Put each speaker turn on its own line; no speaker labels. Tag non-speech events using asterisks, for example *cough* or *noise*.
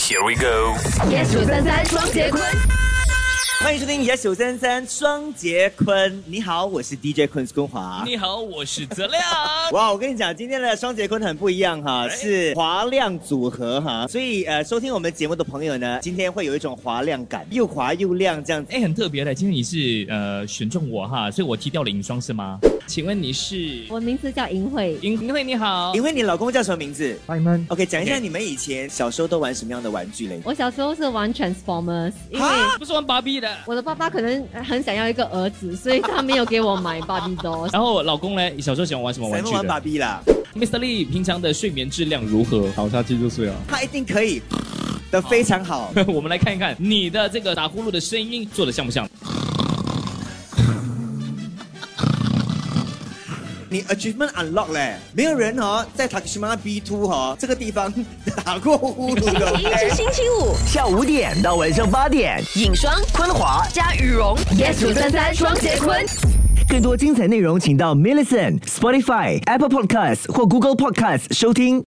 Here we go。
yes 九三三双节棍，
欢迎收听《yes 九三三》双节坤，你好，我是 DJ 坤坤华。
*laughs* 你好，我是泽亮。
哇，我跟你讲，今天的双节坤很不一样哈，
哎
是华亮组合哈，所以呃，收听我们节目的朋友呢，今天会有一种华亮感，又滑又亮这样子。
哎，很特别的，今天你是呃选中我哈，所以我踢掉了影双是吗？请问你是
我名字叫银慧，
银银慧你好
因，为你老公叫什么名字
欢迎们。
？OK，讲一下
OK
哦你们以前小时候都玩什么样的玩具嘞？哦
我小时候是玩 Transformers，因为
不是玩芭比的。
我的爸爸可能很想要一个儿子，所以他没有给我买芭比 doll。
然后老公呢？小时候喜欢玩什么
谁
玩
们
具
玩啊芭
的
比啦？
？Mr. Lee 平常的睡眠质量如何？
倒下去就睡了。
他一定可以的，非常好。
*laughs* 我们来看一看你的这个打呼噜的声音做的像不像？
你 achievement unlock 嘞，没有人哦，在塔克西玛 B two 哈这个地方 *laughs* 打过呼噜的。 *laughs*
一至星期五，
下午五点到晚上八点，
影双
坤华。
加羽绒
yes 九三三双节棍。
更多精彩内容，请到 m i l l i c e n t Spotify、Apple Podcasts 或 Google Podcasts 收听。